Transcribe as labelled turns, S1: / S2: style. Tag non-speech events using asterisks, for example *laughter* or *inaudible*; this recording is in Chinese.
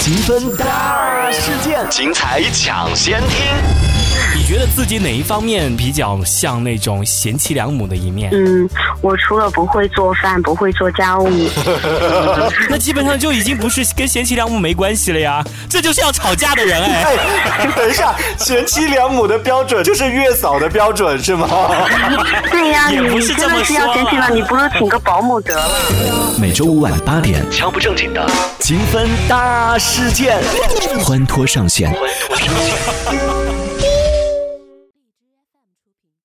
S1: 积分大事件，
S2: 精彩抢先听。
S3: 你觉得自己哪一方面比较像那种贤妻良母的一面？
S4: 嗯，我除了不会做饭，不会做
S3: *laughs*
S4: 家务，
S3: 那基本上就已经不是跟贤妻良母没关系了呀，这就是要吵架的人哎。
S2: 哎， *laughs* 等一下，贤妻良母的标准就是月嫂的标准是吗？
S4: 对呀、
S3: 也不
S4: 你
S3: 是
S4: 真
S3: 这么
S4: 的是要
S3: 说
S4: 嫌弃
S3: 啦
S4: 了，你不如请个保姆得了。
S1: 每周五晚八点，
S2: 敲不正经的，
S1: 积分大事件，欢脱上线。
S2: 欢脱上线。